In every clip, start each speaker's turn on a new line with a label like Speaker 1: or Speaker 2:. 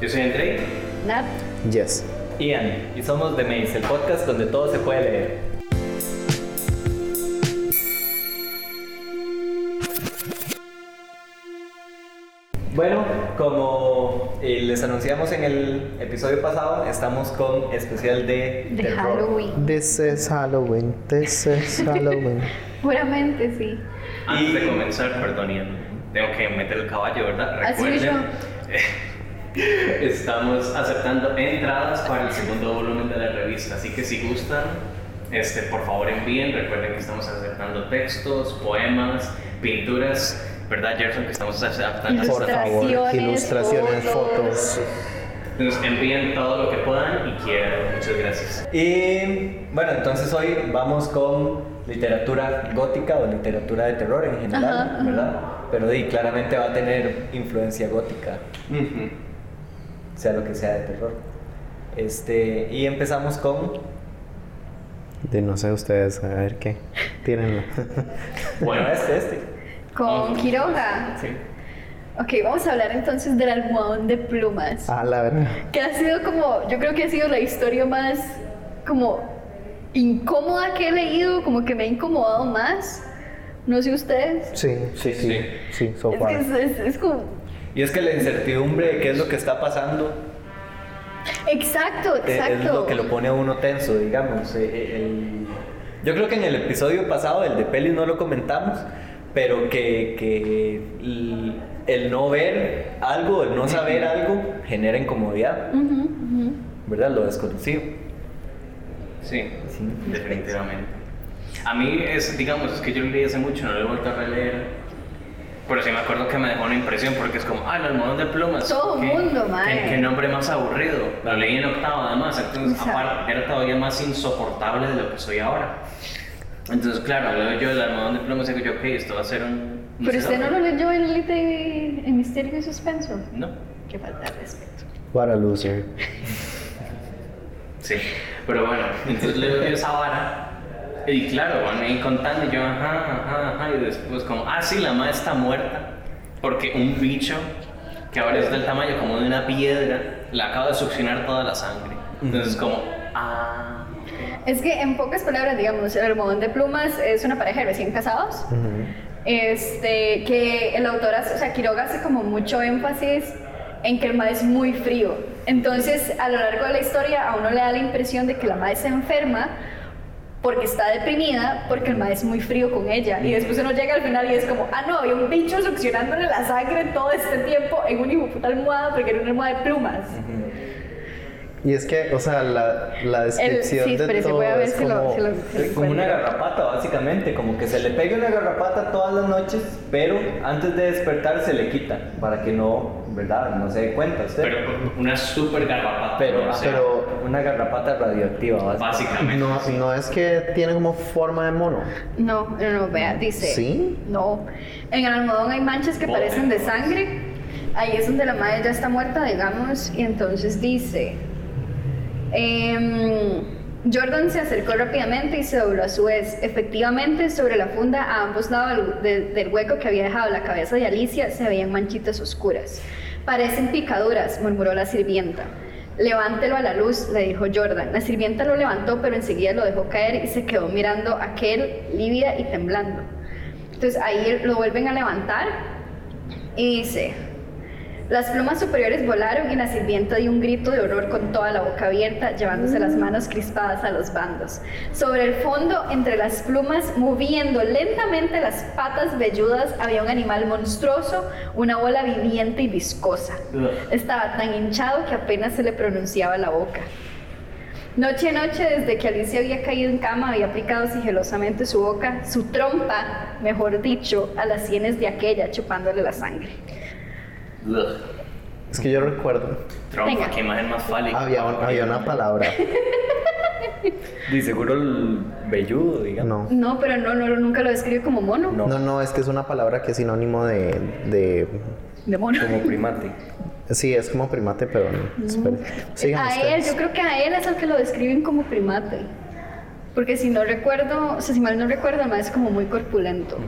Speaker 1: Yo soy Andrei.
Speaker 2: Nat.
Speaker 3: Yes.
Speaker 1: Ian. Y somos The Maze, el podcast donde todo se puede leer. Bueno, como eh, les anunciamos en el episodio pasado, estamos con especial de,
Speaker 2: De
Speaker 1: terror.
Speaker 2: Halloween.
Speaker 3: This is Halloween. This is Halloween.
Speaker 2: Puramente sí.
Speaker 4: Antes de comenzar, perdón, Ian, tengo que meter el caballo, ¿verdad?
Speaker 2: Así
Speaker 4: Recuerden, estamos aceptando entradas para el segundo volumen de la revista, así que si gustan, este, por favor envíen. Recuerden que estamos aceptando textos, poemas, pinturas, ¿verdad, Gerson? Que estamos aceptando.
Speaker 3: Por favor, ilustraciones,
Speaker 2: Ilustraciones,
Speaker 3: fotos.
Speaker 2: fotos.
Speaker 4: Entonces, envíen todo lo que puedan y quieran. Muchas gracias.
Speaker 1: Y bueno, entonces hoy vamos con literatura gótica o literatura de terror en general,
Speaker 2: Ajá, ajá.
Speaker 1: ¿verdad? Pero di, claramente va a tener influencia gótica,
Speaker 4: Ujú.
Speaker 1: sea lo que sea de terror. Este, y empezamos con
Speaker 3: De no sé ustedes, a ver qué. Tírenlo.
Speaker 4: Bueno,
Speaker 1: bueno, este, este.
Speaker 2: con Quiroga.
Speaker 4: sí.
Speaker 2: Ok, vamos a hablar entonces del almohadón de plumas.
Speaker 3: Ah, la verdad.
Speaker 2: Que ha sido como, yo creo que ha sido la historia más como incómoda que he leído, como que me ha incomodado más. No sé ustedes.
Speaker 3: Sí, sí, sí. Sí, so
Speaker 2: es que es,
Speaker 3: far.
Speaker 2: es- es como...
Speaker 1: Y es que la incertidumbre de qué es lo que está pasando
Speaker 2: Exacto,
Speaker 1: e-
Speaker 2: exacto.
Speaker 1: es lo que lo pone a uno tenso, digamos. E- e- el- Yo creo que en el episodio pasado, el de Peli, no lo comentamos, pero que, que l- el no ver algo, el no saber algo, genera incomodidad,
Speaker 2: Ujú, ujú.
Speaker 1: ¿verdad? Lo desconocido.
Speaker 4: Sí,
Speaker 1: Sí.
Speaker 4: definitivamente. A mí, es, digamos, es que yo lo leí hace mucho, no lo he vuelto a releer. Pero sí me acuerdo que me dejó una impresión porque es como, ah, el almohadón de plumas.
Speaker 2: Todo
Speaker 4: ¿qué-
Speaker 2: mundo, mae.
Speaker 4: ¿qué, qué nombre más aburrido. Lo leí en octavo, además. Entonces,
Speaker 2: Exacto.
Speaker 4: aparte, era todavía más insoportable de lo que soy ahora. Entonces, claro, leo yo el almohadón de plumas y digo yo, ok, esto va a ser un. un
Speaker 2: Pero usted no
Speaker 4: cerote".
Speaker 2: lo leyó en Elite y- en Misterio y Suspenso.
Speaker 4: No.
Speaker 2: Qué falta de respeto.
Speaker 3: What a loser.
Speaker 4: Sí, pero bueno, entonces le doy esa vara. Y claro, van ahí contando y yo, ajá, ajá, ajá. Y después, como, ah, sí, la madre está muerta. Porque un bicho, que ahora es del tamaño como de una piedra, le acaba de succionar toda la sangre. Entonces, como, ah.
Speaker 2: Es que en pocas palabras, digamos, el almohadón de plumas es una pareja de recién casados. Este, que el autor, hace- o sea, Quiroga hace como mucho énfasis en que el mae es muy frío. Entonces, a lo largo de la historia, a uno le da la impresión de que la mae se enferma porque está deprimida, porque el mae es muy frío con ella. Y después uno llega al final y es como, ah, no, había un bicho succionándole la sangre todo este tiempo en una hijueputa almohada porque era una almohada de plumas.
Speaker 3: Y es que, o sea, la, la descripción
Speaker 2: sí,
Speaker 3: de
Speaker 2: espérese,
Speaker 3: todo
Speaker 2: voy a ver
Speaker 3: es
Speaker 2: si lo-
Speaker 3: como...
Speaker 2: si lo- si lo-
Speaker 1: Como una garrapata, básicamente, como que se le pega una garrapata todas las noches, pero antes de despertar se le quita, para que no, ¿verdad? No se dé cuenta usted.
Speaker 4: Pero una súper garrapata.
Speaker 1: Pero,
Speaker 4: o sea,
Speaker 1: pero una garrapata radioactiva, básicamente.
Speaker 4: Básicamente.
Speaker 3: No, no es que tiene como forma de mono.
Speaker 2: No, no, no, vea, dice.
Speaker 3: ¿Sí?
Speaker 2: No. En el almohadón hay manchas que
Speaker 4: Bote.
Speaker 2: parecen de sangre. Ahí es donde la madre ya está muerta, digamos. Y entonces dice. em, Jordan se acercó rápidamente y se dobló a su vez. Efectivamente, sobre la funda, a ambos lados del, de- del hueco que había dejado la cabeza de Alicia, se veían manchitas oscuras. Parecen picaduras, murmuró la sirvienta. Levántelo a la luz, le dijo Jordan. La sirvienta lo levantó, pero enseguida lo dejó caer y se quedó mirando a aquel, lívida y temblando. Entonces ahí lo vuelven a levantar y dice, las plumas superiores volaron y la sirvienta dio un grito de horror con toda la boca abierta, llevándose las manos crispadas a los bandos. Sobre el fondo, entre las plumas, moviendo lentamente las patas velludas, había un animal monstruoso, una bola viviente y viscosa.
Speaker 4: Ugh.
Speaker 2: Estaba tan hinchado que apenas se le pronunciaba la boca. Noche a noche, desde que Alicia había caído en cama, había aplicado sigilosamente su boca, su trompa, mejor dicho, a las sienes de aquella, chupándole la sangre.
Speaker 4: Ugh.
Speaker 3: Es que yo recuerdo,
Speaker 4: Trump,
Speaker 2: Venga.
Speaker 4: qué imagen más fálica.
Speaker 3: había, un- había una palabra.
Speaker 1: Y seguro el velludo, digamos.
Speaker 3: No.
Speaker 2: No, pero no, no nunca lo describe como mono.
Speaker 1: No.
Speaker 3: No, no, es que es una palabra que es sinónimo de... de
Speaker 2: De mono.
Speaker 1: Como primate.
Speaker 3: Sí, es como primate, pero no. espere. Sigan
Speaker 2: Mm. a él,
Speaker 1: pues.
Speaker 3: ustedes.
Speaker 2: yo creo que a él es al que lo describen como primate. Porque si no recuerdo, o sea, si mal no recuerdo, además es como muy corpulento.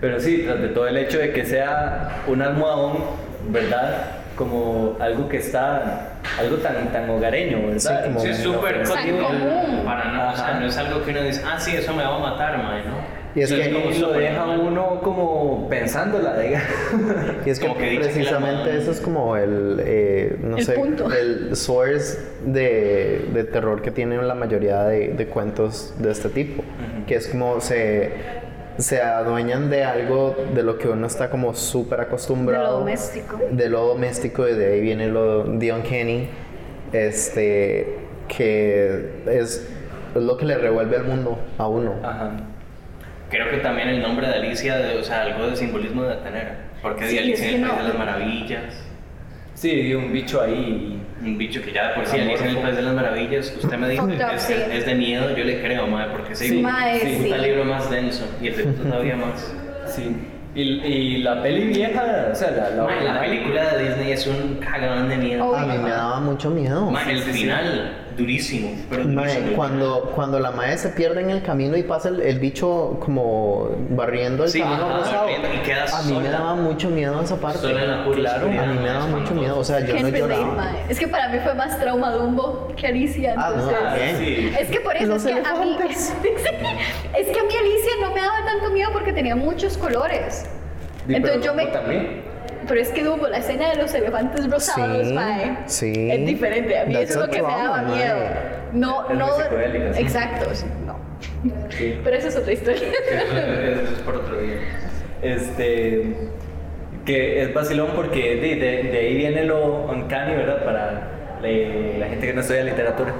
Speaker 1: Pero sí, tras de todo el hecho de que sea un almohadón, ¿verdad? como algo que está, algo tan, tan hogareño, ¿verdad?
Speaker 3: Sí, como-
Speaker 4: Sí, es súper
Speaker 2: Tan
Speaker 4: cótico.
Speaker 2: común.
Speaker 4: Para nada, o sea,
Speaker 1: Ajá.
Speaker 4: no es algo que uno dice, ah, sí, eso me va a matar, mae, ¿no?
Speaker 3: Y es
Speaker 1: Y
Speaker 4: Sí,
Speaker 3: que-
Speaker 4: como
Speaker 1: lo
Speaker 4: súper
Speaker 1: deja
Speaker 4: normal.
Speaker 1: uno como pensándola, digamos.
Speaker 3: Y es que,
Speaker 4: Como que dice que la
Speaker 3: precisamente
Speaker 4: mamá-
Speaker 3: eso es como el, eh, no
Speaker 2: El
Speaker 3: sé,
Speaker 2: punto.
Speaker 3: el source de, de terror que tienen la mayoría de, de cuentos de este tipo, que es como se, se adueñan de algo de lo que uno está como súper acostumbrado.
Speaker 2: De lo doméstico.
Speaker 3: De lo doméstico y de ahí viene lo de Uncanny, este, que es lo que le revuelve al mundo a uno.
Speaker 4: Ah.
Speaker 1: Ajá.
Speaker 4: Creo que también el nombre de Alicia, de- o sea, algo de simbolismo de tener. Porque de
Speaker 2: Sí,
Speaker 4: Alicia
Speaker 2: es
Speaker 4: en el
Speaker 2: que
Speaker 4: País
Speaker 2: no.
Speaker 4: de las Maravillas,
Speaker 1: Sí, vi un bicho ahí.
Speaker 4: un bicho que ya de por sí, Alicia en el
Speaker 1: Amorfo.
Speaker 4: País de las Maravillas, usted me dijo,
Speaker 2: Fucked up,
Speaker 4: es,
Speaker 2: sí.
Speaker 4: es de miedo, yo le creo, madre, porque sí,
Speaker 2: Sí, mae,
Speaker 4: sí, puta
Speaker 2: sí.
Speaker 4: libro más denso y el de puta todavía más.
Speaker 1: Sí. Y, y la peli vieja, o sea, la, la,
Speaker 4: Mae, la película de Disney es un cagadón de miedo.
Speaker 2: Oh,
Speaker 3: A mí me daba mucho miedo.
Speaker 4: Mae, el
Speaker 1: sí, sí.
Speaker 4: final, durísimo, pero
Speaker 3: Mae,
Speaker 4: durísimo.
Speaker 3: cuando, cuando la mae se pierde en el camino y pasa el, el bicho como barriendo el
Speaker 4: Sí,
Speaker 3: camino
Speaker 4: ajá,
Speaker 3: rosado,
Speaker 4: barriendo y queda
Speaker 3: a mí me
Speaker 4: sola.
Speaker 3: daba mucho miedo esa parte.
Speaker 4: Sola en la pura
Speaker 3: claro, a
Speaker 4: oscuridad,
Speaker 3: mí me
Speaker 4: mae,
Speaker 3: daba mucho
Speaker 4: espantoso.
Speaker 3: miedo, o sea, yo
Speaker 2: Can't
Speaker 3: no
Speaker 2: relate,
Speaker 3: lloraba.
Speaker 2: mae. Es que para mí fue más trauma Dumbo que Alicia.
Speaker 3: Ah, no,
Speaker 2: entonces-
Speaker 3: bien.
Speaker 4: sí.
Speaker 2: Es que por eso
Speaker 3: Los
Speaker 2: es que a mí
Speaker 3: elefantes.
Speaker 2: es que a mí Alicia no me daba tanto miedo porque tenía muchos colores.
Speaker 1: Y,
Speaker 2: Entonces
Speaker 1: pero
Speaker 2: yo me
Speaker 1: también.
Speaker 2: Pero es que Dumbo, la escena de los elefantes rosados,
Speaker 3: Sí,
Speaker 2: mae,
Speaker 3: sí.
Speaker 2: es diferente. A mí
Speaker 3: That's
Speaker 2: eso es lo
Speaker 3: a
Speaker 2: que me
Speaker 3: trauma,
Speaker 2: daba
Speaker 3: mae.
Speaker 2: miedo. No,
Speaker 1: Es muy
Speaker 2: no.
Speaker 1: psicodélica, sí.
Speaker 2: Exacto, sí, no.
Speaker 1: Sí.
Speaker 2: Pero esa es otra historia.
Speaker 4: Eso es por otro día.
Speaker 1: Este. Que es vacilón porque de, de- de ahí viene lo uncanny, ¿verdad? Para la, la gente que no estudia literatura.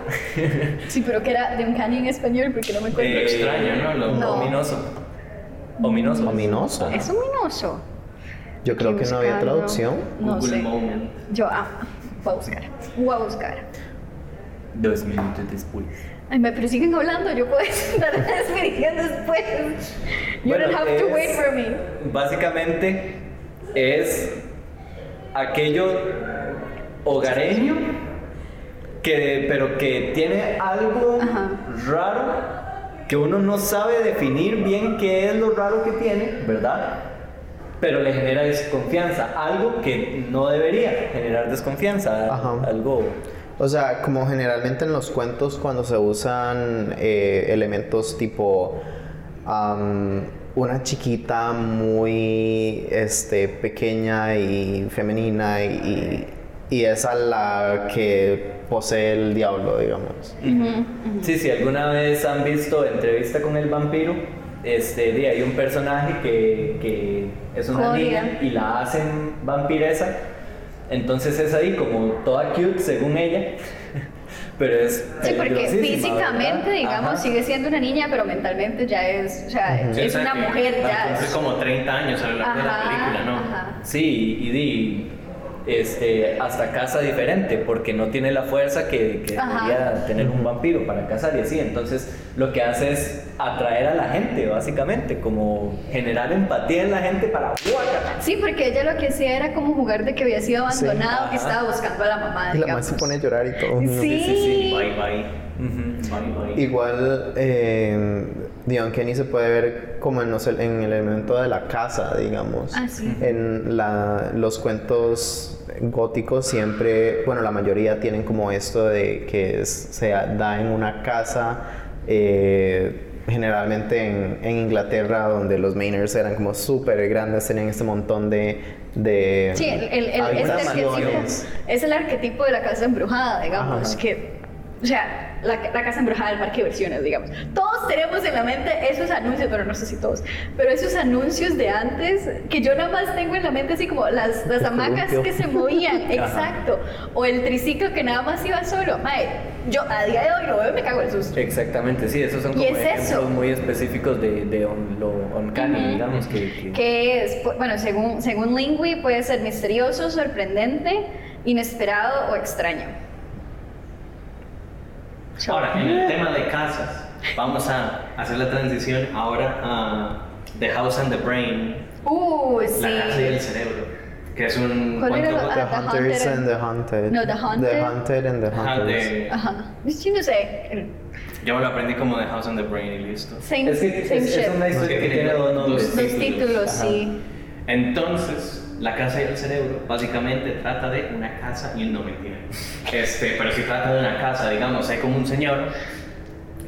Speaker 2: Sí, pero que era de un cañón en español porque no me encuentro.
Speaker 1: Eh,
Speaker 4: extraño, ¿no? Lo-
Speaker 2: No.
Speaker 1: Ominoso. Ominoso.
Speaker 3: Ominoso.
Speaker 1: Ajá.
Speaker 2: Es un minoso.
Speaker 3: Yo creo que no había
Speaker 2: Buscando-
Speaker 3: traducción.
Speaker 2: No
Speaker 4: Google
Speaker 2: sé.
Speaker 4: Moment.
Speaker 2: Yo ah, voy a buscar. Voy a buscar.
Speaker 1: Dos minutos después.
Speaker 2: Ay, me- pero siguen hablando, yo puedo estar despidiendo después. You
Speaker 1: Bueno,
Speaker 2: don't have to
Speaker 1: es-
Speaker 2: wait for me.
Speaker 1: Básicamente es aquello hogareño que pero que tiene algo
Speaker 2: Ajá.
Speaker 1: raro que uno no sabe definir bien qué es lo raro que tiene, ¿verdad? Pero le genera desconfianza, algo que no debería generar desconfianza,
Speaker 3: Ajá.
Speaker 1: algo
Speaker 3: O sea, como generalmente en los cuentos cuando se usan eh, elementos tipo am, una chiquita muy este, pequeña y femenina y, y es a la que posee el diablo, digamos.
Speaker 1: Sí, si alguna vez han visto entrevista con el vampiro, este, di, hay un personaje que, que es una
Speaker 2: Codia.
Speaker 1: niña y la hacen vampiresa. Entonces es ahí como toda cute según ella, pero es
Speaker 2: Sí, porque
Speaker 1: peligrosísima,
Speaker 2: físicamente,
Speaker 1: ¿verdad?
Speaker 2: digamos,
Speaker 1: Ajá.
Speaker 2: sigue siendo una niña, pero mentalmente ya es, o sea,
Speaker 4: Sí,
Speaker 2: es
Speaker 4: o
Speaker 2: una
Speaker 4: sea que
Speaker 2: mujer
Speaker 4: va a
Speaker 2: ya.
Speaker 4: cumplir como 30 años a lo largo de la película, ¿no?
Speaker 2: ajá.
Speaker 1: Sí, y di, este, hasta caza diferente, porque no tiene la fuerza que, que
Speaker 2: Ajá.
Speaker 1: debería tener un vampiro para cazar y así. Entonces, lo que hace es atraer a la gente, básicamente, como generar empatía en la gente para ¡guácala!
Speaker 2: Sí, porque ella lo que hacía era como jugar de que había sido
Speaker 3: Sí,
Speaker 2: abandonado, que
Speaker 1: ajá.
Speaker 2: estaba buscando a la mamá.
Speaker 3: Y la
Speaker 2: digamos.
Speaker 3: más se pone a llorar y todo. ¿no?
Speaker 2: Sí.
Speaker 4: Sí, sí, bye bye.
Speaker 1: Ujú.
Speaker 4: Bye bye.
Speaker 3: Igual, eh, Dion Kenny se puede ver como en, los el- en el elemento de la casa, digamos.
Speaker 2: Ah, sí.
Speaker 3: En la- los cuentos góticos siempre, bueno, la mayoría tienen como esto de que es- se da en una casa, eh, generalmente en, en Inglaterra, donde los Mainers eran como súper grandes, tenían este montón de... de
Speaker 2: Sí, el, el- el- este arquetipo
Speaker 3: habitaciones.
Speaker 2: es el arquetipo de la casa embrujada, digamos,
Speaker 3: Ajá.
Speaker 2: que, o sea, la, la casa embrujada del parque de diversiones, digamos. Todos tenemos en la mente esos anuncios, bueno, no sé si todos, pero esos anuncios de antes que yo nada más tengo en la mente así como las, las hamacas
Speaker 3: columpio.
Speaker 2: que se movían, exacto, o el triciclo que nada más iba solo. Mae, yo a día de hoy lo veo y me cago el susto.
Speaker 1: Exactamente, sí, esos son como
Speaker 2: Y es
Speaker 1: ejemplos
Speaker 2: eso.
Speaker 1: muy específicos de, de on- lo uncanny,
Speaker 2: Ujú.
Speaker 1: digamos, que, que-
Speaker 2: que es, pu- bueno, según, según Lingui puede ser misterioso, sorprendente, inesperado o extraño. So-
Speaker 4: Ahora, en el tema de casas, vamos a hacer la transición ahora a The House and the Brain,
Speaker 2: Uh, sí.
Speaker 4: la casa y el cerebro, que es un
Speaker 2: ¿Cuál era
Speaker 4: cuento
Speaker 2: la-
Speaker 3: The
Speaker 2: The
Speaker 3: Hunters
Speaker 2: Haunted.
Speaker 3: and the Haunted.
Speaker 2: No, The Haunted.
Speaker 3: The Haunted and the
Speaker 4: Ajá,
Speaker 3: Hunters.
Speaker 4: de-
Speaker 2: Ajá. Yo no sé.
Speaker 4: yo me lo aprendí como The House and the Brain y listo.
Speaker 2: Same,
Speaker 1: Es que es,
Speaker 2: same
Speaker 1: es
Speaker 2: shit.
Speaker 1: una historia que tiene dos nombres.
Speaker 2: Dos títulos, sí.
Speaker 4: Entonces, La casa y el cerebro básicamente trata de una casa y un no mentira. Este, pero si trata de una casa, digamos, hay como un señor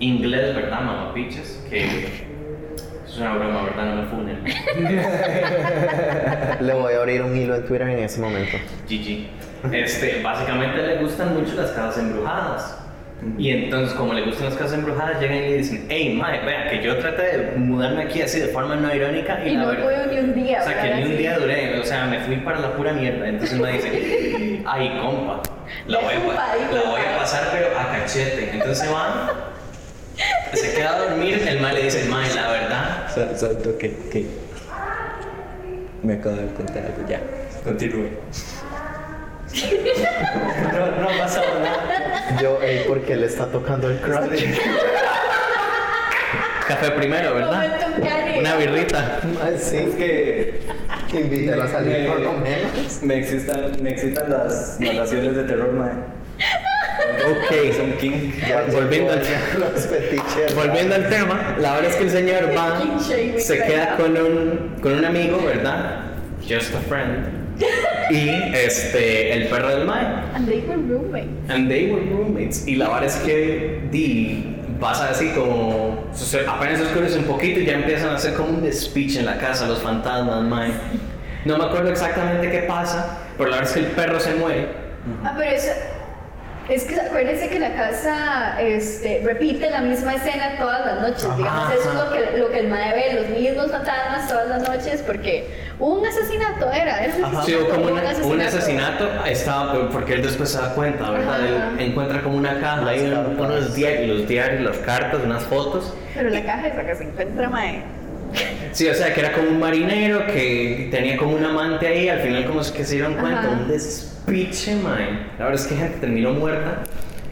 Speaker 4: inglés, ¿verdad, mamá piches? Que es una broma, ¿verdad? No me funen.
Speaker 3: Le voy a abrir un hilo en Twitter en ese momento.
Speaker 4: GG. Este, básicamente le gustan mucho las casas embrujadas. Y entonces, como le gustan las casas embrujadas, llegan y le dicen, hey, mae, vea, que yo traté de mudarme aquí así de forma no irónica. Y,
Speaker 2: Y
Speaker 4: la
Speaker 2: no
Speaker 4: verdad-
Speaker 2: puedo ni un día,
Speaker 4: O sea, que
Speaker 2: ¿verdad?
Speaker 4: ni un día duré, o sea, me fui para la pura mierda. Entonces me dicen, ay, compa, la
Speaker 2: Ya
Speaker 4: voy, a,
Speaker 2: compa,
Speaker 4: pa-
Speaker 2: hijo
Speaker 4: la
Speaker 2: de
Speaker 4: voy a
Speaker 2: madre".
Speaker 4: pasar, pero a cachete. Entonces se va, se queda a dormir, el mae le dice, mae, la verdad,
Speaker 1: Sa- Santo que, que me acabo de contar algo ya. Continúe. no, no ha pasado nada.
Speaker 3: Yo, hey, porque le está tocando el crotch.
Speaker 4: café primero, ¿verdad?
Speaker 2: Momento Karen.
Speaker 4: Una birrita.
Speaker 3: Mae,
Speaker 1: Es
Speaker 3: Sí,
Speaker 1: que
Speaker 3: invítalo a salir por lo menos.
Speaker 1: me excitan, me excitan las narraciones de terror, mae.
Speaker 4: Ok.
Speaker 1: Son King.
Speaker 3: Ya
Speaker 4: Volviendo
Speaker 3: llegó
Speaker 4: al-
Speaker 3: los fetiches.
Speaker 4: Volviendo al tema, la verdad es que el señor va, se queda con un, con un amigo, ¿verdad? Just a friend. Y este, el perro del Mae.
Speaker 2: And they were roommates.
Speaker 4: And they were roommates. Y la verdad es que di, pasa así como. se- apenas oscurece un poquito y ya empiezan a hacer como un speech en la casa, los fantasmas, Mae. No me acuerdo exactamente qué pasa, pero la verdad es que el perro se muere.
Speaker 2: Ah, pero eso. Es que acuérdense que la casa este, repite la misma escena todas las noches.
Speaker 4: Ajá.
Speaker 2: Digamos, eso es lo que, lo que el mae ve, los mismos fantasmas todas las noches, porque un asesinato era. era un
Speaker 4: Sí, o como
Speaker 2: un
Speaker 4: una- un asesinato, estaba, porque él después se da cuenta, ¿verdad?
Speaker 2: Ajá.
Speaker 4: Él encuentra como una caja,
Speaker 3: Las
Speaker 4: hay un-
Speaker 3: cartas.
Speaker 4: unos diarios, los diarios, las cartas, unas fotos.
Speaker 2: Pero la caja esa que se encuentra, mae.
Speaker 4: Sí, o sea, que era como un marinero que tenía como un amante ahí, al final como es que se dieron cuenta,
Speaker 2: Ajá.
Speaker 4: un despiche, mae. La verdad es que gente terminó muerta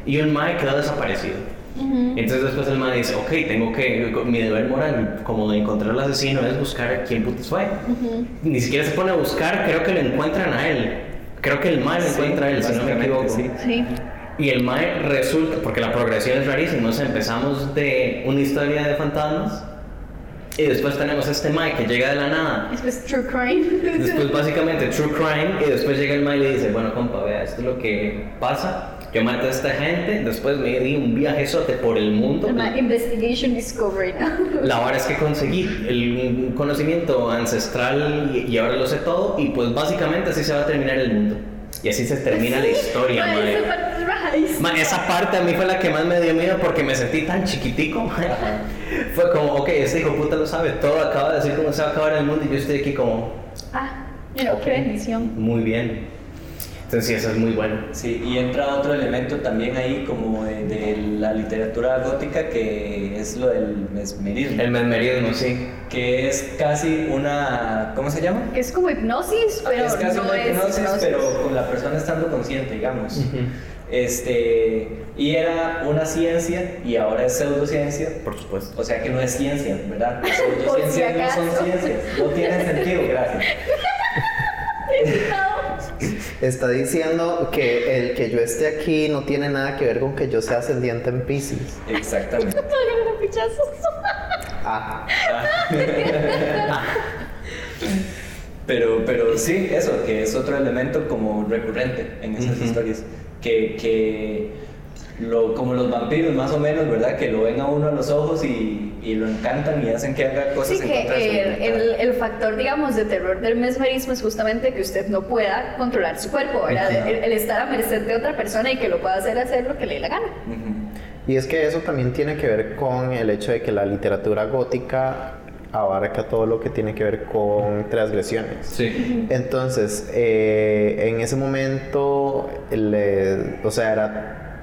Speaker 4: y un mae quedó desaparecido. Entonces después el mae dice, ok, tengo que, mi deber moral como de encontrar al asesino es buscar a quién putas fue. Ni siquiera se pone a buscar, creo que lo encuentran a él. Creo que el mae lo
Speaker 1: Sí,
Speaker 4: encuentra a él, si no me
Speaker 1: básicamente,
Speaker 4: equivoco.
Speaker 1: sí.
Speaker 2: Sí.
Speaker 4: Y el mae resulta, porque la progresión es rarísima, o sea, empezamos de una historia de fantasmas y después tenemos este mae que llega de la nada.
Speaker 2: Después True Crime.
Speaker 4: Después básicamente true crime y después llega el mae y le dice, bueno compa, vea, esto es lo que pasa. Yo maté a esta gente, después me di un viajezote por el mundo.
Speaker 2: El mae, Investigation Discovery, ¿no?
Speaker 4: La hora es que conseguí el conocimiento ancestral y, y ahora lo sé todo y pues básicamente así se va a terminar el mundo. Y así se termina la historia,
Speaker 2: mae,
Speaker 4: mae.
Speaker 2: Esa parte es rajadísima.
Speaker 4: Ma, esa parte a mí fue la que más me dio miedo porque me sentí tan chiquitico. ma. Fue como, ok, este hijo de puta lo sabe todo, acaba de decir cómo se va a acabar el mundo y yo estoy aquí como,
Speaker 2: Ah, mira, qué bendición.
Speaker 4: muy bien. Entonces, sí, eso es muy bueno.
Speaker 1: Sí, y entra otro elemento también ahí como de, de la literatura gótica que es lo del mesmerismo.
Speaker 4: El mesmerismo, sí.
Speaker 1: que es casi una. ¿Cómo se llama?
Speaker 2: Que es como hipnosis, pero
Speaker 1: es casi
Speaker 2: no
Speaker 1: una
Speaker 2: es
Speaker 1: hipnosis,
Speaker 2: hipnosis.
Speaker 1: pero con la persona estando consciente, digamos. Este, y era una ciencia y ahora es pseudociencia.
Speaker 4: Por supuesto.
Speaker 1: O sea que no es ciencia, ¿verdad? Las
Speaker 2: Por si
Speaker 1: pseudociencias no
Speaker 2: acaso.
Speaker 1: son ciencias. No tienen sentido, gracias.
Speaker 3: Está diciendo que el que yo esté aquí no tiene nada que ver con que yo sea ascendiente en Pisces.
Speaker 1: Exactamente.
Speaker 2: Todavía pichazos.
Speaker 3: Ah,
Speaker 1: Pero, pero sí, eso, que es otro elemento como recurrente en esas
Speaker 4: Ujú.
Speaker 1: historias. Que, que lo, como los vampiros más o menos, ¿verdad? Que lo ven a uno a los ojos y, y lo encantan y hacen que haga cosas
Speaker 2: Sí,
Speaker 1: en
Speaker 2: que
Speaker 1: contra de su
Speaker 2: el,
Speaker 1: voluntad.
Speaker 2: eh, el- el factor, digamos, de terror del mesmerismo es justamente que usted no pueda controlar su cuerpo, ¿verdad?
Speaker 1: Ujú.
Speaker 2: El, el estar a merced de otra persona y que lo pueda hacer hacer lo que le dé la gana.
Speaker 1: Ujú.
Speaker 3: y es que eso también tiene que ver con el hecho de que la literatura gótica abarca todo lo que tiene que ver con transgresiones.
Speaker 4: Sí.
Speaker 3: Entonces, eh, en ese momento, le- o sea, era,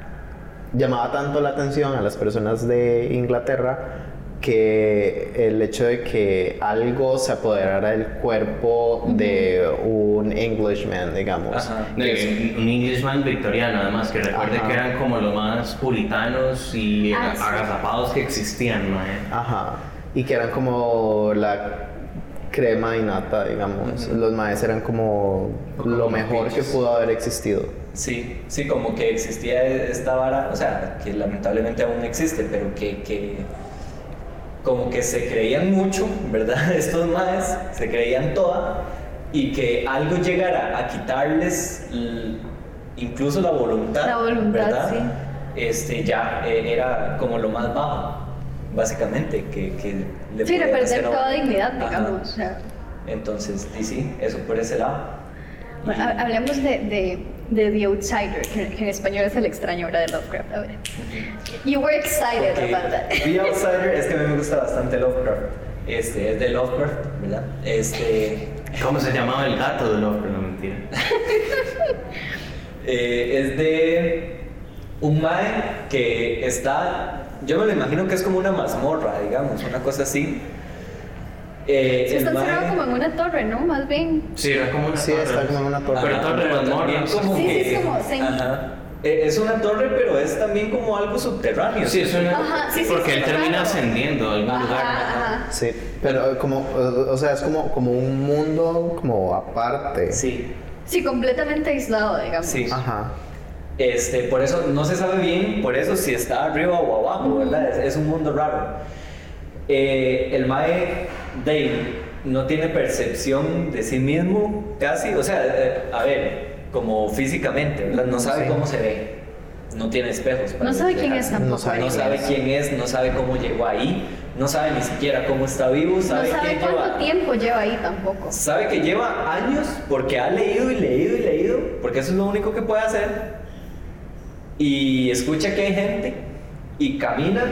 Speaker 3: llamaba tanto la atención a las personas de Inglaterra que el hecho de que algo se apoderara del cuerpo de un Englishman, digamos.
Speaker 1: Ajá.
Speaker 4: No, y un Englishman victoriano, además, que recuerde
Speaker 3: Ajá.
Speaker 4: que eran como los más puritanos y
Speaker 2: Ah, sí.
Speaker 4: agazapados que existían, mae.
Speaker 3: Ajá. Y que eran como la crema y nata, digamos. Los maes eran como
Speaker 4: Como
Speaker 3: lo mejor que
Speaker 4: pinches.
Speaker 3: pudo haber existido.
Speaker 1: Sí, sí, como que existía esta vara, o sea, que lamentablemente aún existe, pero que, que como que se creían mucho, ¿verdad? Estos maes, se creían toda, y que algo llegara a quitarles l- incluso la voluntad,
Speaker 2: La voluntad,
Speaker 1: ¿verdad?
Speaker 2: sí.
Speaker 1: Este, ya eh, era como lo más bajo, básicamente, que, que le
Speaker 2: Sí,
Speaker 1: podían
Speaker 2: de perder
Speaker 1: hacer a
Speaker 2: toda
Speaker 1: uno.
Speaker 2: dignidad,
Speaker 1: Ajá.
Speaker 2: digamos. o sea.
Speaker 1: Entonces, y sí, eso por ese lado.
Speaker 2: Bueno, ha- hablemos de, de, de The Outsider, que que en español es el extraño obra de Lovecraft. Ahora. You were excited
Speaker 1: Porque
Speaker 2: about that.
Speaker 1: The Outsider es que a mí me gusta bastante Lovecraft. Este, es de Lovecraft, ¿verdad? Este,
Speaker 4: ¿Cómo se llamaba el gato de Lovecraft? No, mentira.
Speaker 1: eh, es de un mae que está, yo me lo imagino que es como una mazmorra, digamos, una cosa así. Eh,
Speaker 2: Sí,
Speaker 1: el
Speaker 2: está
Speaker 1: mae-
Speaker 2: encerrado como en una torre, ¿no? Más bien.
Speaker 4: Sí, era como una
Speaker 3: Sí,
Speaker 4: torre.
Speaker 3: está como una torre.
Speaker 4: Pero
Speaker 1: Ajá,
Speaker 4: torre de
Speaker 1: pero
Speaker 4: mazmorra,
Speaker 1: también
Speaker 4: o sea,
Speaker 1: como
Speaker 2: Sí, sí,
Speaker 1: que-
Speaker 2: es como zen.
Speaker 1: ajá. Eh, Es una torre, pero es también como algo subterráneo.
Speaker 4: Sí, es una...
Speaker 2: Ajá, sí, sí,
Speaker 4: porque
Speaker 2: sí,
Speaker 4: él
Speaker 2: claro.
Speaker 4: termina ascendiendo a algún lugar.
Speaker 2: Ajá,
Speaker 4: ¿no?
Speaker 2: ajá.
Speaker 3: Sí, pero eh, como, eh, o sea, es como, como un mundo como aparte.
Speaker 1: Sí.
Speaker 2: Sí, completamente aislado, digamos.
Speaker 1: Sí.
Speaker 3: Ajá.
Speaker 1: Este, por eso no se sabe bien, por eso si está arriba o abajo, ¿verdad? Es, es un mundo raro. Eh, el Mae Dave no tiene percepción de sí mismo casi, o sea, eh, a ver, como físicamente, ¿verdad? No sabe
Speaker 3: Sí.
Speaker 1: cómo se ve, no tiene espejos. para
Speaker 2: No sabe quién
Speaker 1: reflejarse.
Speaker 2: es tampoco.
Speaker 3: No sabe
Speaker 1: No
Speaker 3: quién
Speaker 1: sabe
Speaker 3: es.
Speaker 1: quién es, no sabe cómo llegó ahí, no sabe ni siquiera cómo está vivo, sabe,
Speaker 2: no sabe
Speaker 1: quién
Speaker 2: cuánto
Speaker 1: lleva-
Speaker 2: tiempo lleva ahí tampoco.
Speaker 1: Sabe que lleva años porque ha leído y leído y leído, porque eso es lo único que puede hacer. Y escucha que hay gente y camina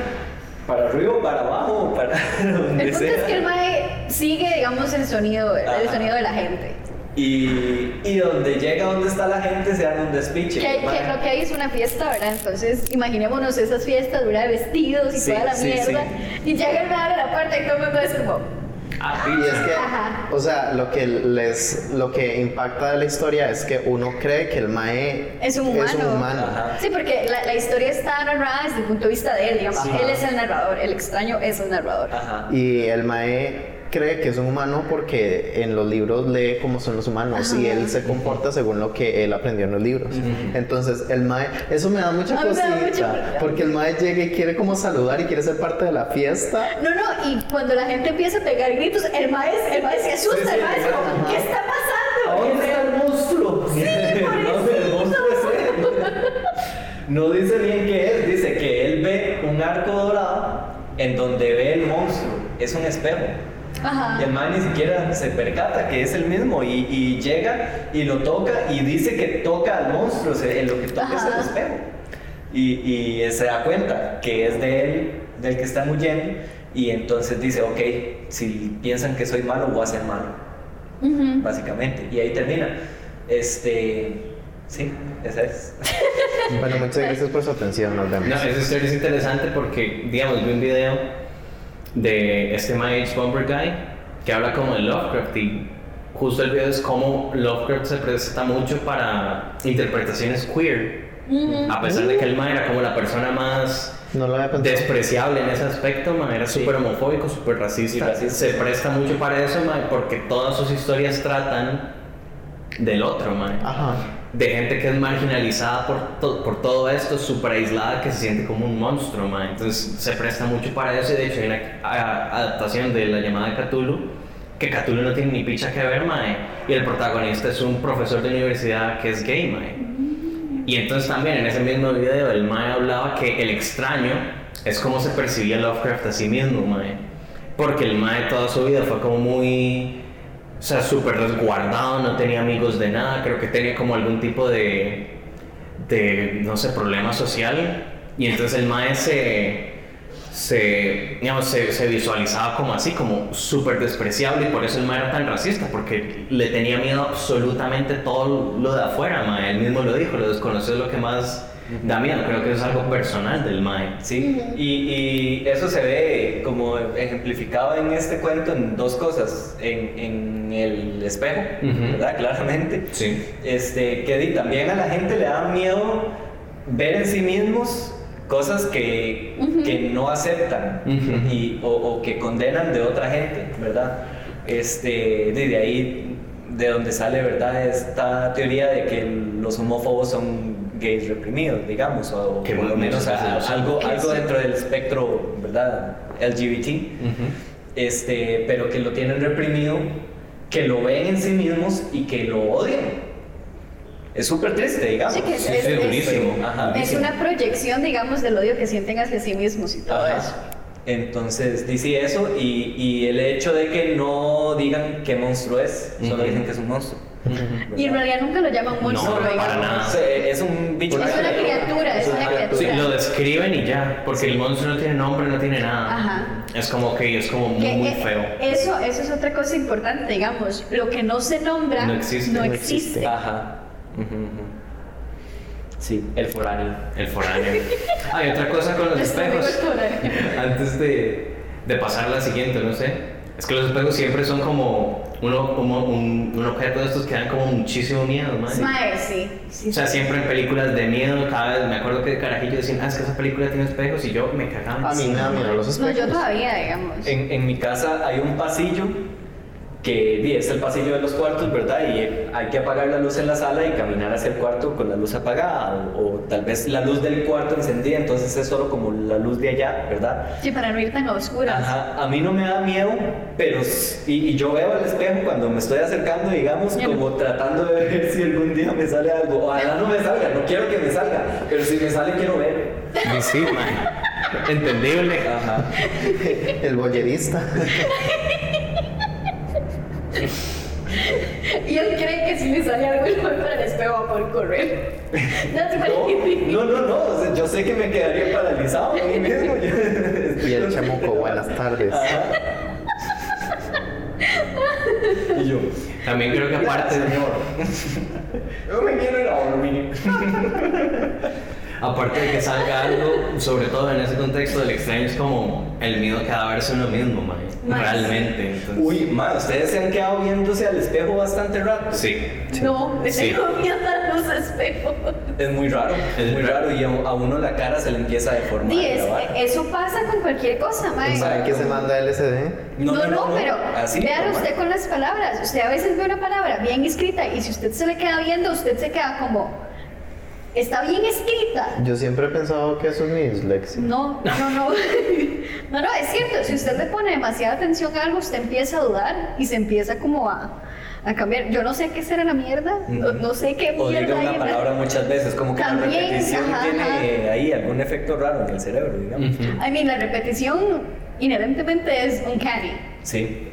Speaker 1: para arriba, o para abajo, o para donde
Speaker 2: El punto
Speaker 1: sea.
Speaker 2: es que el mae sigue, digamos, el sonido, el
Speaker 1: Ajá.
Speaker 2: sonido de la gente.
Speaker 1: y, y donde llega, donde está la gente, se dan un despiche.
Speaker 2: Que, que
Speaker 1: mae.
Speaker 2: lo que hay es una fiesta, ¿verdad? Entonces, imaginémonos esas fiestas, ¿verdad? Vestidos y
Speaker 1: Sí,
Speaker 2: toda la
Speaker 1: sí,
Speaker 2: mierda. Y llega el mae a la parte y todo el mundo es como...
Speaker 4: Ah,
Speaker 3: Y es que,
Speaker 2: Ajá.
Speaker 3: o sea, lo que les, lo que impacta de la historia es que uno cree que el mae
Speaker 2: Es un humano.
Speaker 3: humano.
Speaker 1: Ajá.
Speaker 2: Sí, porque la, la historia está narrada desde el punto de vista de él, digamos.
Speaker 3: Sí.
Speaker 2: Él es el narrador, el extraño es el narrador.
Speaker 1: Ajá.
Speaker 3: Y el mae cree que es un humano porque en los libros lee cómo son los humanos
Speaker 2: Ajá.
Speaker 3: y él se comporta según lo que él aprendió en los libros. Entonces, el mae, eso me da mucha
Speaker 2: A mí me da
Speaker 3: cosita,
Speaker 2: mucha-
Speaker 3: porque el mae llega y quiere como saludar y quiere ser parte de la fiesta.
Speaker 2: No, no, y cuando la gente empieza a pegar gritos, el maestro, el maestro se
Speaker 1: Sí,
Speaker 2: asusta,
Speaker 1: sí,
Speaker 2: el maestro
Speaker 1: ajá,
Speaker 2: como,
Speaker 1: ajá.
Speaker 2: ¿qué está
Speaker 1: ¿A
Speaker 2: pasando?
Speaker 1: ¿Dónde está el monstruo? ¿Dónde el monstruo es él? No dice bien qué es, dice que él ve un arco dorado en donde ve el monstruo. Es un espejo.
Speaker 2: Ajá.
Speaker 1: Y el man ni siquiera se percata que es el mismo y, y llega y lo toca y dice que toca al monstruo, o sea, lo que toca es
Speaker 2: Ajá.
Speaker 1: el espejo. Y, y se da cuenta que es de él, del que están huyendo, y entonces dice, ok, si piensan que soy malo, voy a ser malo
Speaker 2: Ujú.
Speaker 1: básicamente. Y ahí termina. Este. Sí, esa es.
Speaker 3: Bueno, muchas gracias por su atención, nos vemos.
Speaker 4: No, esa historia es interesante porque, digamos, vi un video de este My Age Bomber Guy que habla como de Lovecraft y justo el video es como Lovecraft se presta mucho para interpretaciones queer,
Speaker 2: Ujú.
Speaker 4: a pesar de que el man era como la persona más
Speaker 3: No lo había pensado.
Speaker 4: despreciable en ese aspecto, man, era
Speaker 1: Sí.
Speaker 4: súper homofóbico, súper racista.
Speaker 1: Y racista.
Speaker 4: Se presta mucho para eso, man, porque todas sus historias tratan del otro, man
Speaker 3: Ajá.
Speaker 4: de gente que es marginalizada por, to- por todo esto, súper aislada, que se siente como un monstruo, man. Entonces se presta mucho para eso y de hecho hay una a- adaptación de la llamada de Cthulhu, que Cthulhu no tiene ni picha que ver, man. Y el protagonista es un profesor de universidad que es gay, man. Y entonces también en ese mismo video el man hablaba que el extraño es como se percibía Lovecraft a sí mismo, man. Porque el man toda su vida fue como muy... O sea, súper resguardado, no tenía amigos de nada, creo que tenía como algún tipo de, de no sé, problema social. Y entonces el mae se, se, digamos, se, se visualizaba como así, como súper despreciable, y por eso el mae era tan racista, porque le tenía miedo absolutamente todo lo de afuera, mae. Él mismo lo dijo, lo desconocido es lo que más da miedo, creo que eso es algo personal del mae.
Speaker 1: Sí, y, y eso se ve como ejemplificado en este cuento en dos cosas. En, en el espejo,
Speaker 4: Ujú.
Speaker 1: ¿verdad? Claramente.
Speaker 4: Sí.
Speaker 1: Este, que di, también a la gente le da miedo ver en sí mismos cosas que,
Speaker 2: Ujú.
Speaker 1: que no aceptan
Speaker 4: Ujú.
Speaker 1: y, o, o que condenan de otra gente, ¿verdad? Este, de, de ahí, de donde sale, ¿verdad? Esta teoría de que los homófobos son gays reprimidos, digamos, o, o
Speaker 4: Que
Speaker 1: por lo menos
Speaker 4: muchas veces
Speaker 1: a-
Speaker 4: lo son.
Speaker 1: algo,
Speaker 2: Que
Speaker 1: algo
Speaker 2: sí.
Speaker 1: dentro del espectro, ¿verdad? LGBT, este, pero que lo tienen reprimido que lo ven en sí mismos y que lo odian. Es súper triste, digamos.
Speaker 2: Sí, que
Speaker 5: Sí, sí, durísimo.
Speaker 1: Ajá,
Speaker 2: Es
Speaker 1: durísimo.
Speaker 2: una proyección, digamos, del odio que sienten hacia sí mismos y todo
Speaker 1: Ajá.
Speaker 2: eso.
Speaker 1: Entonces, dice eso y, y el hecho de que no digan qué monstruo es, solo
Speaker 5: Ujú.
Speaker 1: dicen que es un monstruo. ¿verdad?
Speaker 2: Y en realidad nunca lo llaman monstruo.
Speaker 4: no,
Speaker 2: digamos.
Speaker 4: para nada.
Speaker 1: Sí, Es un bicho.
Speaker 2: Es una criatura, es una
Speaker 4: Sí,
Speaker 2: criatura.
Speaker 4: lo describen y ya, porque el monstruo no tiene nombre, no tiene nada.
Speaker 2: Ajá.
Speaker 4: Es como que es como muy,
Speaker 2: Que,
Speaker 4: muy
Speaker 2: eh,
Speaker 4: feo.
Speaker 2: Eso, eso es otra cosa importante, digamos. Lo que no se nombra
Speaker 4: No existe.
Speaker 2: no
Speaker 3: No existe.
Speaker 2: existe.
Speaker 1: Ajá. Ujú, ujú. Sí, el foráneo.
Speaker 4: El foráneo. Hay otra cosa con los
Speaker 2: Nuestro amigo
Speaker 4: espejos.
Speaker 2: el foráneo.
Speaker 4: Antes de, de pasar a la siguiente, no sé. Es que los espejos siempre son como, uno, como un, un objeto de estos que dan como muchísimo miedo, madre.
Speaker 2: Mae, sí. sí,
Speaker 4: O sea, siempre en películas de miedo, cada vez me acuerdo que de carajillo decían, ah, es que esa película tiene espejos y yo me cagaba.
Speaker 3: A mí
Speaker 4: encima,
Speaker 3: nada,
Speaker 4: madre.
Speaker 3: mira, los
Speaker 2: No,
Speaker 3: espejos.
Speaker 2: yo todavía, digamos.
Speaker 1: En, en mi casa hay un pasillo que di, es el pasillo de los cuartos, ¿verdad? Y eh, hay que apagar la luz en la sala y caminar hacia el cuarto con la luz apagada o, o tal vez la luz del cuarto encendida, entonces es solo como la luz de allá, ¿verdad?
Speaker 2: Sí, para no ir tan a oscuras.
Speaker 1: Ajá, a mí no me da miedo, pero s- y, y yo veo al espejo cuando me estoy acercando, digamos,
Speaker 2: Bien.
Speaker 1: como tratando de ver si algún día me sale algo. Ojalá no me salga, no quiero que me salga, pero si me sale quiero ver.
Speaker 4: Y Sí, madre. Entendible.
Speaker 1: Ajá.
Speaker 3: El bollerista.
Speaker 2: Y él cree que si le sale algo, él va para el espejo a por correr. That's what he thinks.
Speaker 1: No, no, no, no, o sea, yo sé que me quedaría paralizado a mí mismo. yo-
Speaker 3: Y el chamuco, buenas tardes.
Speaker 1: Ajá. Y yo,
Speaker 4: También creo que aparte,
Speaker 1: yo me quiero ir a dormir.
Speaker 4: aparte de que salga algo, sobre todo en ese contexto del extraño, es como el miedo a cada verse uno mismo, madre.
Speaker 2: Madre,
Speaker 4: Realmente. Entonces,
Speaker 1: Uy, man, ustedes se han quedado viéndose al espejo bastante rato.
Speaker 4: Sí.
Speaker 2: No, le
Speaker 4: Sí.
Speaker 2: tengo miedo a los espejos.
Speaker 1: Es muy raro, es muy raro y a, a uno la cara se le empieza a deformar.
Speaker 2: Sí,
Speaker 1: la
Speaker 2: es- eh,
Speaker 1: vara.
Speaker 2: eso pasa con cualquier cosa, mae.
Speaker 1: Exacto.
Speaker 3: ¿Saben qué se manda LSD?
Speaker 2: No, no, pero
Speaker 1: así,
Speaker 2: véalo
Speaker 1: normal.
Speaker 2: usted con las palabras. Usted a veces ve una palabra bien escrita y si usted se le queda viendo, usted se queda como, está bien escrita.
Speaker 3: Yo siempre he pensado que eso es mi dislexia.
Speaker 2: No, no, no, no. No, no, es cierto. Si usted le pone demasiada atención a algo, usted empieza a dudar y se empieza como a, a cambiar. Yo no sé qué será la mierda. No, no sé qué
Speaker 1: O diga
Speaker 2: mierda hay
Speaker 1: una
Speaker 2: en la-
Speaker 1: palabra muchas veces, como que la
Speaker 2: También,
Speaker 1: repetición
Speaker 2: ajá,
Speaker 1: tiene
Speaker 2: ajá.
Speaker 1: eh, ahí algún efecto raro en el cerebro, digamos.
Speaker 2: I mean, la repetición inherentemente es uncanny.
Speaker 1: Sí.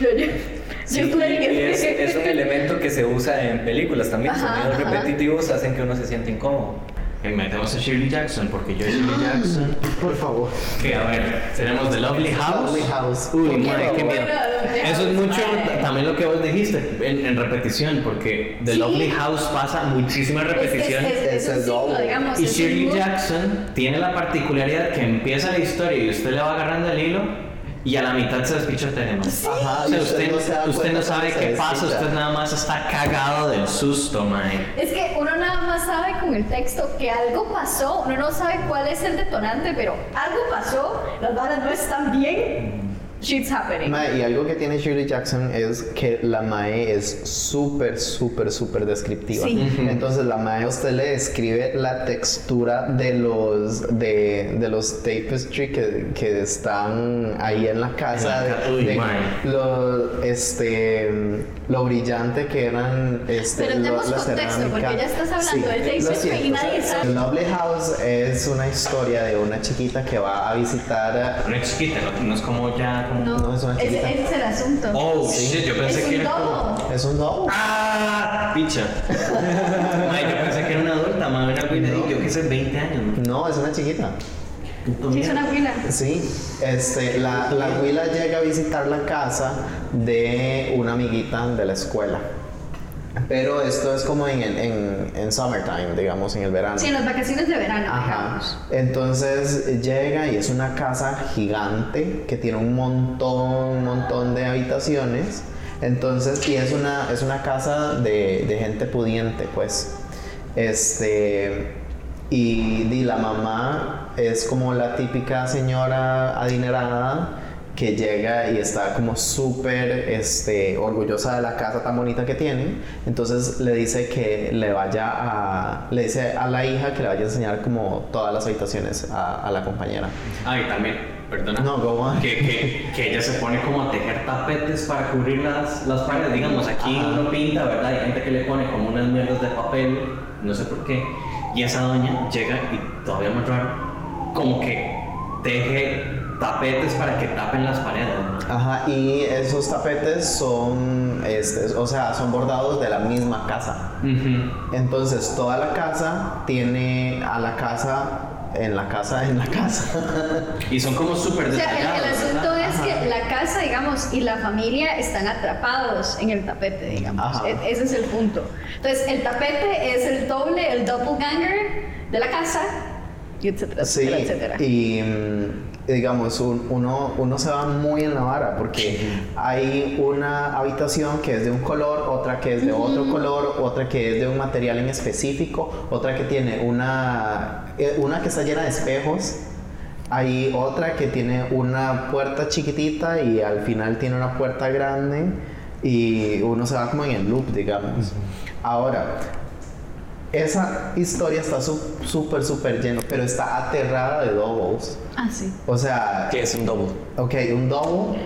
Speaker 2: Yo, yo,
Speaker 1: Sí,
Speaker 2: yo tuve
Speaker 1: y- y
Speaker 2: que-
Speaker 1: es, es un elemento que se usa en películas también.
Speaker 2: Ajá,
Speaker 1: Sonidos
Speaker 2: ajá.
Speaker 1: repetitivos hacen que uno se siente incómodo.
Speaker 4: Y Eh, metemos a Shirley Jackson, porque yo Shirley Jackson.
Speaker 3: Por favor.
Speaker 4: Que a ver, tenemos The Lovely House.
Speaker 3: Lovely House.
Speaker 4: Uy,
Speaker 3: Por
Speaker 4: madre, qué
Speaker 3: favor.
Speaker 4: miedo.
Speaker 2: Lovely
Speaker 4: Eso es
Speaker 2: House,
Speaker 4: mucho
Speaker 2: madre.
Speaker 4: también lo que vos dijiste, en, en repetición, porque The
Speaker 2: Sí.
Speaker 4: Lovely House pasa muchísima
Speaker 2: Es que es-
Speaker 4: repetición.
Speaker 2: es- es un
Speaker 3: Es el
Speaker 2: ciclo,
Speaker 3: doble.
Speaker 2: digamos,
Speaker 4: y
Speaker 2: es
Speaker 4: Shirley
Speaker 2: un-
Speaker 4: Jackson tiene la particularidad que empieza la historia y usted le va agarrando el hilo y a la mitad se despichotea tema.
Speaker 3: Ajá,
Speaker 4: o sea,
Speaker 3: y usted
Speaker 4: usted,
Speaker 3: no se da
Speaker 4: usted
Speaker 3: cuenta
Speaker 4: no sabe
Speaker 3: cómo se
Speaker 4: qué pasa,
Speaker 3: despincha.
Speaker 4: usted nada más está cagado del susto, mae.
Speaker 2: Es que uno nada más sabe con el texto que algo pasó, uno no sabe cuál es el detonante, pero algo pasó, las balas no están bien, shit's happening.
Speaker 3: Mae, y algo que tiene Shirley Jackson es que la Mae es súper, súper, súper descriptiva.
Speaker 2: Sí.
Speaker 3: Entonces la Mae a usted le describe la textura de los, de, de los tapestry que, que están ahí en la casa.
Speaker 4: En la ca-
Speaker 3: de-
Speaker 4: uy,
Speaker 3: de
Speaker 4: mae.
Speaker 3: lo, este, lo brillante que eran este,
Speaker 2: Pero
Speaker 3: lo-
Speaker 2: demos
Speaker 3: la
Speaker 2: contexto,
Speaker 3: cerámica.
Speaker 2: porque ya estás hablando
Speaker 3: Sí,
Speaker 2: del
Speaker 3: lo
Speaker 2: tapestry y
Speaker 3: siento.
Speaker 2: nadie sabe.
Speaker 3: The Lovely House es una historia de una chiquita que va a visitar a-
Speaker 4: No es chiquita, no, no es como ya como...
Speaker 2: No,
Speaker 3: no, es una
Speaker 2: ese,
Speaker 3: chiquita.
Speaker 2: ese es el asunto.
Speaker 4: Oh, shit, yo pensé
Speaker 2: es
Speaker 4: que
Speaker 2: un
Speaker 4: era como...
Speaker 2: dogo.
Speaker 3: Es un doll.
Speaker 4: ¡Ah! Picha. Ay, yo pensé que era una adulta, madre, una güey, yo que sé, 20 años, ¿no?
Speaker 3: No, es una chiquita.
Speaker 4: Puto
Speaker 2: Sí, es
Speaker 4: miedo.
Speaker 2: una huila.
Speaker 3: Sí, este, la, la abuela llega a visitar la casa de una amiguita de la escuela. Pero esto es como en, el- en, en summertime, digamos, en el verano.
Speaker 2: Sí, en las vacaciones de verano.
Speaker 3: Ajá.
Speaker 2: digamos.
Speaker 3: Entonces eh, llega y es una casa gigante que tiene un montón, un montón de habitaciones. Entonces, y es una, es una casa de, de gente pudiente, pues. Este. Y, di, la mamá es como la típica señora adinerada que llega y está como súper este, orgullosa de la casa tan bonita que tiene. Entonces le dice que le vaya a. Le dice a la hija que le vaya a enseñar como todas las habitaciones a, a la compañera.
Speaker 4: Ay, también. perdona.
Speaker 3: No, go on.
Speaker 4: Que, que, que ella se pone como a tejer tapetes para cubrir las, las paredes. Digamos, aquí
Speaker 3: Ajá.
Speaker 4: uno pinta, ¿verdad? Hay gente que le pone como unas mierdas de papel, no sé por qué. Y esa doña llega y todavía más raro, como que teje tapetes para que tapen las paredes. ¿no?
Speaker 3: Ajá, y esos tapetes son, este, o sea, son bordados de la misma casa.
Speaker 4: Ujú.
Speaker 3: Entonces toda la casa tiene a la casa, en la casa, en la casa.
Speaker 4: Y son como súper
Speaker 2: O sea, el,
Speaker 4: detallados.
Speaker 2: el asunto
Speaker 4: ¿verdad?
Speaker 2: es
Speaker 3: Ajá.
Speaker 2: que la casa, digamos, y la familia están atrapados en el tapete, digamos.
Speaker 3: Ajá.
Speaker 2: E- ese es el punto. Entonces, el tapete es el doble, el doppelganger de la casa, y etcétera,
Speaker 3: Sí,
Speaker 2: etcétera, etcétera.
Speaker 3: y mm, digamos, un- uno, uno se va muy en la vara porque hay una habitación que es de un color, otra que es de otro color, otra que es de un material en específico, otra que tiene una, eh, una que está llena de espejos. Hay otra que tiene una puerta chiquitita y al final tiene una puerta grande y uno se va como en el loop, digamos. Ahora, esa historia está su- súper, súper llena, pero está aterrada de doubles.
Speaker 2: Ah, sí.
Speaker 3: O sea,
Speaker 1: Que es un double.
Speaker 3: ok, un double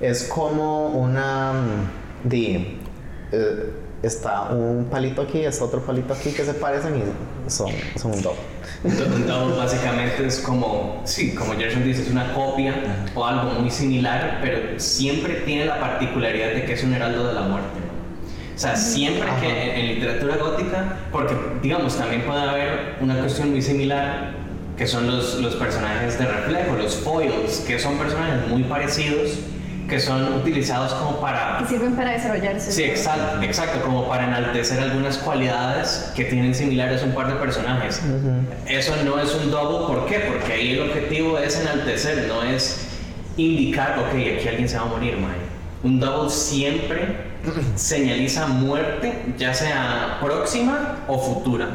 Speaker 3: es como una... mm, di, eh, está un palito aquí, está otro palito aquí que se parecen y son, son un double.
Speaker 4: Un double básicamente es como, sí, como Gerson dice, es una copia o algo muy similar, pero siempre tiene la particularidad de que es un heraldo de la muerte. ¿no? O sea, siempre que en, en literatura gótica, porque digamos, también puede haber una cuestión muy similar, que son los, los personajes de reflejo, los foils, que son personajes muy parecidos, que son utilizados como para
Speaker 2: Que sirven para desarrollarse.
Speaker 4: Sí, exacto, exacto, como para enaltecer algunas cualidades que tienen similares un par de personajes. Eso no es un double, ¿por qué? Porque ahí el objetivo es enaltecer, no es indicar, ok, aquí alguien se va a morir, mae. Un double siempre señaliza muerte, ya sea próxima o futura.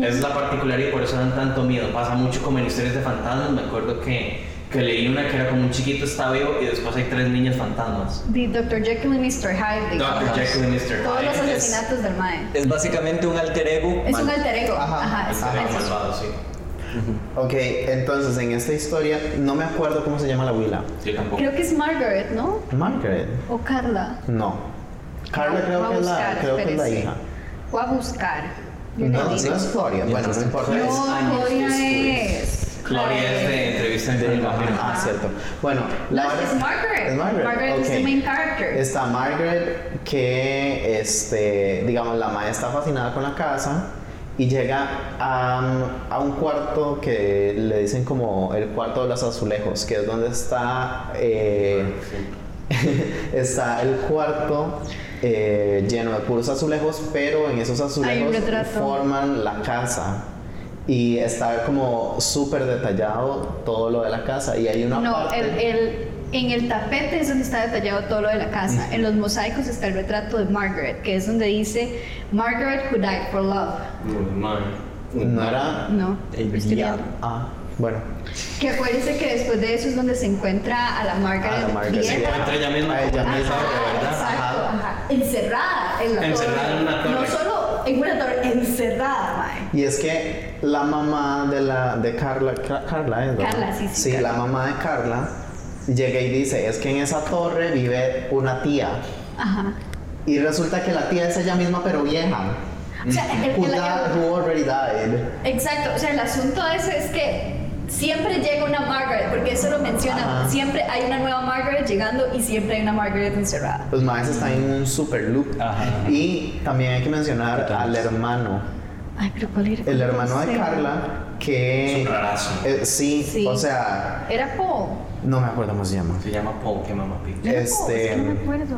Speaker 4: Esa es la particularidad y por eso dan tanto miedo. Pasa mucho como en historias de fantasmas, me acuerdo que, que leí una que era como un chiquito está vivo y después hay tres niños fantasmas.
Speaker 2: The Dr. Jekyll y Mr. Hyde, digamos.
Speaker 4: Dr. Jekyll y Mr.
Speaker 2: Todos los
Speaker 4: Hyde es-
Speaker 2: asesinatos del Mae.
Speaker 1: Es básicamente un alter ego.
Speaker 2: Es un
Speaker 1: mal.
Speaker 2: alter ego.
Speaker 3: Ajá,
Speaker 2: Ajá,
Speaker 4: Este
Speaker 2: exacto.
Speaker 4: era malvado, sí.
Speaker 3: Ok, entonces en esta historia, no me acuerdo cómo se llama la huila.
Speaker 4: Yo tampoco.
Speaker 2: Creo que es Margaret, ¿no?
Speaker 3: Margaret.
Speaker 2: O Carla.
Speaker 3: No. Carla creo,
Speaker 2: Voy a
Speaker 3: que es, la,
Speaker 2: buscar,
Speaker 3: creo que es la
Speaker 2: espérese.
Speaker 3: hija.
Speaker 2: Voy a buscar. Yo
Speaker 3: No,
Speaker 2: le
Speaker 3: no
Speaker 2: digo.
Speaker 3: es Gloria. Bueno, no importa.
Speaker 4: Tres
Speaker 2: No,
Speaker 4: años
Speaker 2: Gloria
Speaker 4: después.
Speaker 2: es-
Speaker 4: Gloria es de entrevista en
Speaker 3: De
Speaker 4: el
Speaker 3: la
Speaker 4: vampiro.
Speaker 3: Ah, cierto. Bueno,
Speaker 2: No,
Speaker 3: hora-
Speaker 2: es Margaret.
Speaker 3: Es Margaret.
Speaker 2: Margaret es
Speaker 3: ok.
Speaker 2: the main character.
Speaker 3: Está Margaret, que, este, digamos, la madre está fascinada con la casa y llega a, a un cuarto que le dicen como el cuarto de los azulejos, que es donde está, eh, está el cuarto. eh, lleno de puros azulejos, pero en esos azulejos
Speaker 2: retrato.
Speaker 3: forman la casa y está como súper detallado todo lo de la casa y hay una
Speaker 2: No,
Speaker 3: parte-
Speaker 2: el, el- en el tapete es donde está detallado todo lo de la casa. En los mosaicos está el retrato de Margaret, que es donde dice Margaret who died for love.
Speaker 4: Uy, man. Uy,
Speaker 3: no
Speaker 4: man.
Speaker 3: era
Speaker 2: No,
Speaker 1: El
Speaker 2: lo estoy viendo.
Speaker 1: diablo.
Speaker 3: Ah, bueno.
Speaker 2: Que acuérdense que después de eso es donde se encuentra a la Margaret,
Speaker 3: Ah, la Margaret, sí.
Speaker 2: vieja.
Speaker 4: Encuentra ella misma.
Speaker 3: A ella
Speaker 2: Ajá,
Speaker 3: misma, ¿verdad?
Speaker 2: exacto,
Speaker 3: Ajá.
Speaker 2: ajá. Encerrada en la
Speaker 4: Encerrada
Speaker 2: torre.
Speaker 4: en una torre.
Speaker 2: No solo en una torre, encerrada, mae.
Speaker 3: Y es que la mamá de la de Carla, Ca- Carla es, ¿verdad?
Speaker 2: Carla, sí, sí,
Speaker 3: Sí,
Speaker 2: Carla.
Speaker 3: la mamá de Carla llega y dice, es que en esa torre vive una tía.
Speaker 2: Ajá.
Speaker 3: Y resulta que la tía es ella misma pero vieja.
Speaker 2: O sea, el-
Speaker 3: Who,
Speaker 2: el-
Speaker 3: died- who already died.
Speaker 2: Exacto, o sea, el asunto es, es que siempre llega una Margaret, porque eso lo menciona,
Speaker 3: Ajá.
Speaker 2: siempre hay una nueva Margaret llegando y siempre hay una Margaret encerrada.
Speaker 3: Los maes están en un super loop.
Speaker 1: Ajá.
Speaker 3: Y también hay que mencionar al hermano.
Speaker 2: Ay, pero ¿cuál era?
Speaker 3: El hermano de
Speaker 2: Sí.
Speaker 3: Carla que...
Speaker 4: Es un rarazo.
Speaker 3: Eh, sí,
Speaker 2: Sí.
Speaker 3: o sea,
Speaker 2: Era Paul.
Speaker 3: no me acuerdo cómo se llama.
Speaker 4: Se llama Paul, que mamá pica.
Speaker 2: Era Paul,
Speaker 3: Este-
Speaker 2: es que no me acuerdo.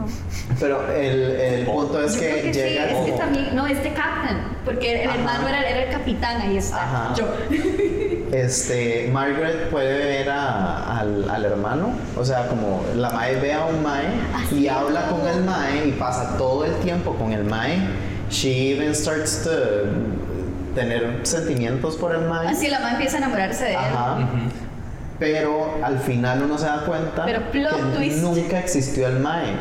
Speaker 3: Pero el, el punto es
Speaker 2: Yo
Speaker 3: que,
Speaker 2: creo que
Speaker 3: llega...
Speaker 2: sí, es que también, no, es de Captain, porque el
Speaker 3: Ajá.
Speaker 2: hermano era, era el capitán, ahí está,
Speaker 3: Ajá.
Speaker 2: yo.
Speaker 3: Este, Margaret puede ver a- al, al hermano, o sea, como la mae ve a un mae
Speaker 2: Ah,
Speaker 3: y habla con el mae y pasa todo el tiempo con el mae. She even starts to tener sentimientos por el mae.
Speaker 2: Así la mamá empieza a enamorarse de él.
Speaker 3: Ajá. Pero al final uno se da cuenta
Speaker 2: Pero plot
Speaker 3: que
Speaker 2: twist.
Speaker 3: nunca existió el mae.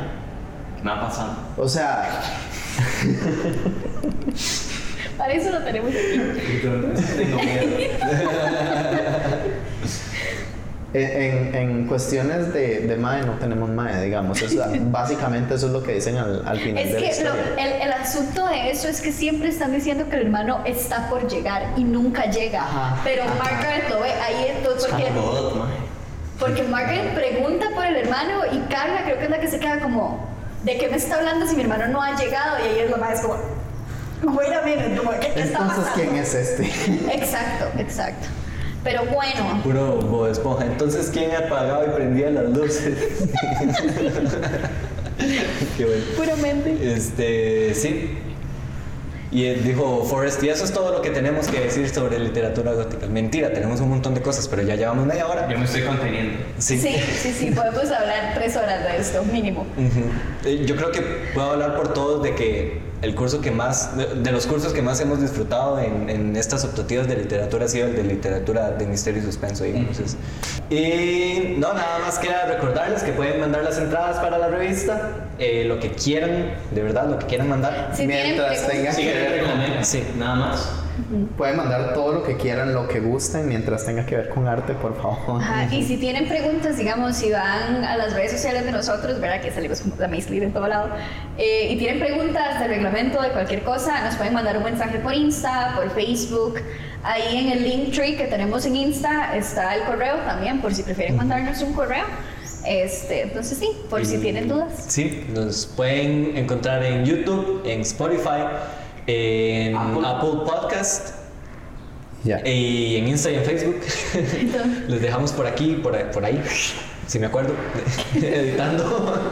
Speaker 4: Me ha pasado.
Speaker 3: O sea,
Speaker 2: Para eso lo tenemos aquí.
Speaker 4: Tengo miedo.
Speaker 3: e-, En, en- en cuestiones de, de mae no tenemos mae, digamos. Es la- básicamente eso es lo que dicen al, al final de la
Speaker 2: Es que lo-
Speaker 3: historia.
Speaker 2: el, el asunto de eso es que siempre están diciendo que el hermano está por llegar y nunca llega.
Speaker 3: Ajá.
Speaker 2: Pero
Speaker 3: Ajá.
Speaker 2: Margaret lo ve ahí entonces porque,
Speaker 3: Ah, God, mae.
Speaker 2: porque Margaret pregunta por el hermano y Carla creo que es la que se queda como, ¿de qué me está hablando si mi hermano no ha llegado? Y ahí es la madre es como, wait a minute, como, ¿qué, qué está
Speaker 3: Entonces,
Speaker 2: pasando?
Speaker 3: ¿quién es este?
Speaker 2: Exacto, exacto. Pero bueno,
Speaker 1: Puro Bob Esponja. Entonces, ¿quién apagaba y prendía las luces? Qué bueno.
Speaker 2: puramente.
Speaker 1: Este, sí. Y él dijo Forrest, y eso es todo lo que tenemos que decir sobre literatura gótica. Mentira, tenemos un montón de cosas, pero ya llevamos media hora.
Speaker 4: Yo me estoy conteniendo.
Speaker 1: Sí.
Speaker 2: Sí, sí, sí, podemos hablar tres horas de esto, mínimo.
Speaker 1: Ujú. Eh, Yo creo que puedo hablar por todos de que el curso que más, de, de los cursos que más hemos disfrutado en, en estas optativas de literatura ha sido el de literatura de misterio y suspenso, digamos. es. Y no, nada más queda recordarles que pueden mandar las entradas para la revista, eh, lo que quieran, de verdad, lo que quieran mandar.
Speaker 2: Si tienen
Speaker 3: Mientras
Speaker 2: preguntas-
Speaker 3: tenga
Speaker 4: Sí,
Speaker 3: que
Speaker 4: que
Speaker 3: ver con...
Speaker 4: reglamento.
Speaker 1: Sí.
Speaker 4: Nada más.
Speaker 3: Pueden mandar todo lo que quieran, lo que gusten, mientras tenga que ver con arte, por favor.
Speaker 2: Ajá, y si tienen preguntas, digamos, si van a las redes sociales de nosotros, ¿verdad? Que salimos como la Mace Leader en todo lado. eh, y tienen preguntas del reglamento, de cualquier cosa, nos pueden mandar un mensaje por Insta, por Facebook. Ahí en el link tree que tenemos en Insta está el correo también, por si prefieren mandarnos un correo. Este, entonces sí, por si
Speaker 1: Y-
Speaker 2: tienen dudas.
Speaker 1: Sí, nos pueden encontrar en YouTube, en Spotify, en Apple,
Speaker 4: Apple.
Speaker 1: Podcast
Speaker 3: Ya.
Speaker 1: y en Instagram y en Facebook.
Speaker 2: Entonces,
Speaker 1: Les dejamos por aquí, por, por ahí, si me acuerdo, editando,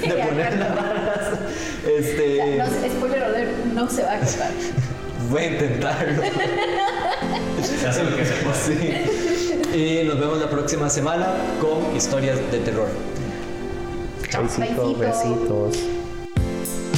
Speaker 1: de
Speaker 2: de
Speaker 1: poner las
Speaker 2: acuerdo.
Speaker 1: barras.
Speaker 2: ya,
Speaker 1: Este,
Speaker 2: no, sé, spoiler alert, no se va a acordar.
Speaker 1: voy a intentarlo.
Speaker 4: Se hace lo que se puede.
Speaker 1: Sí. Y nos vemos la próxima semana con historias de terror.
Speaker 3: Besitos,
Speaker 2: Besito.
Speaker 3: besitos.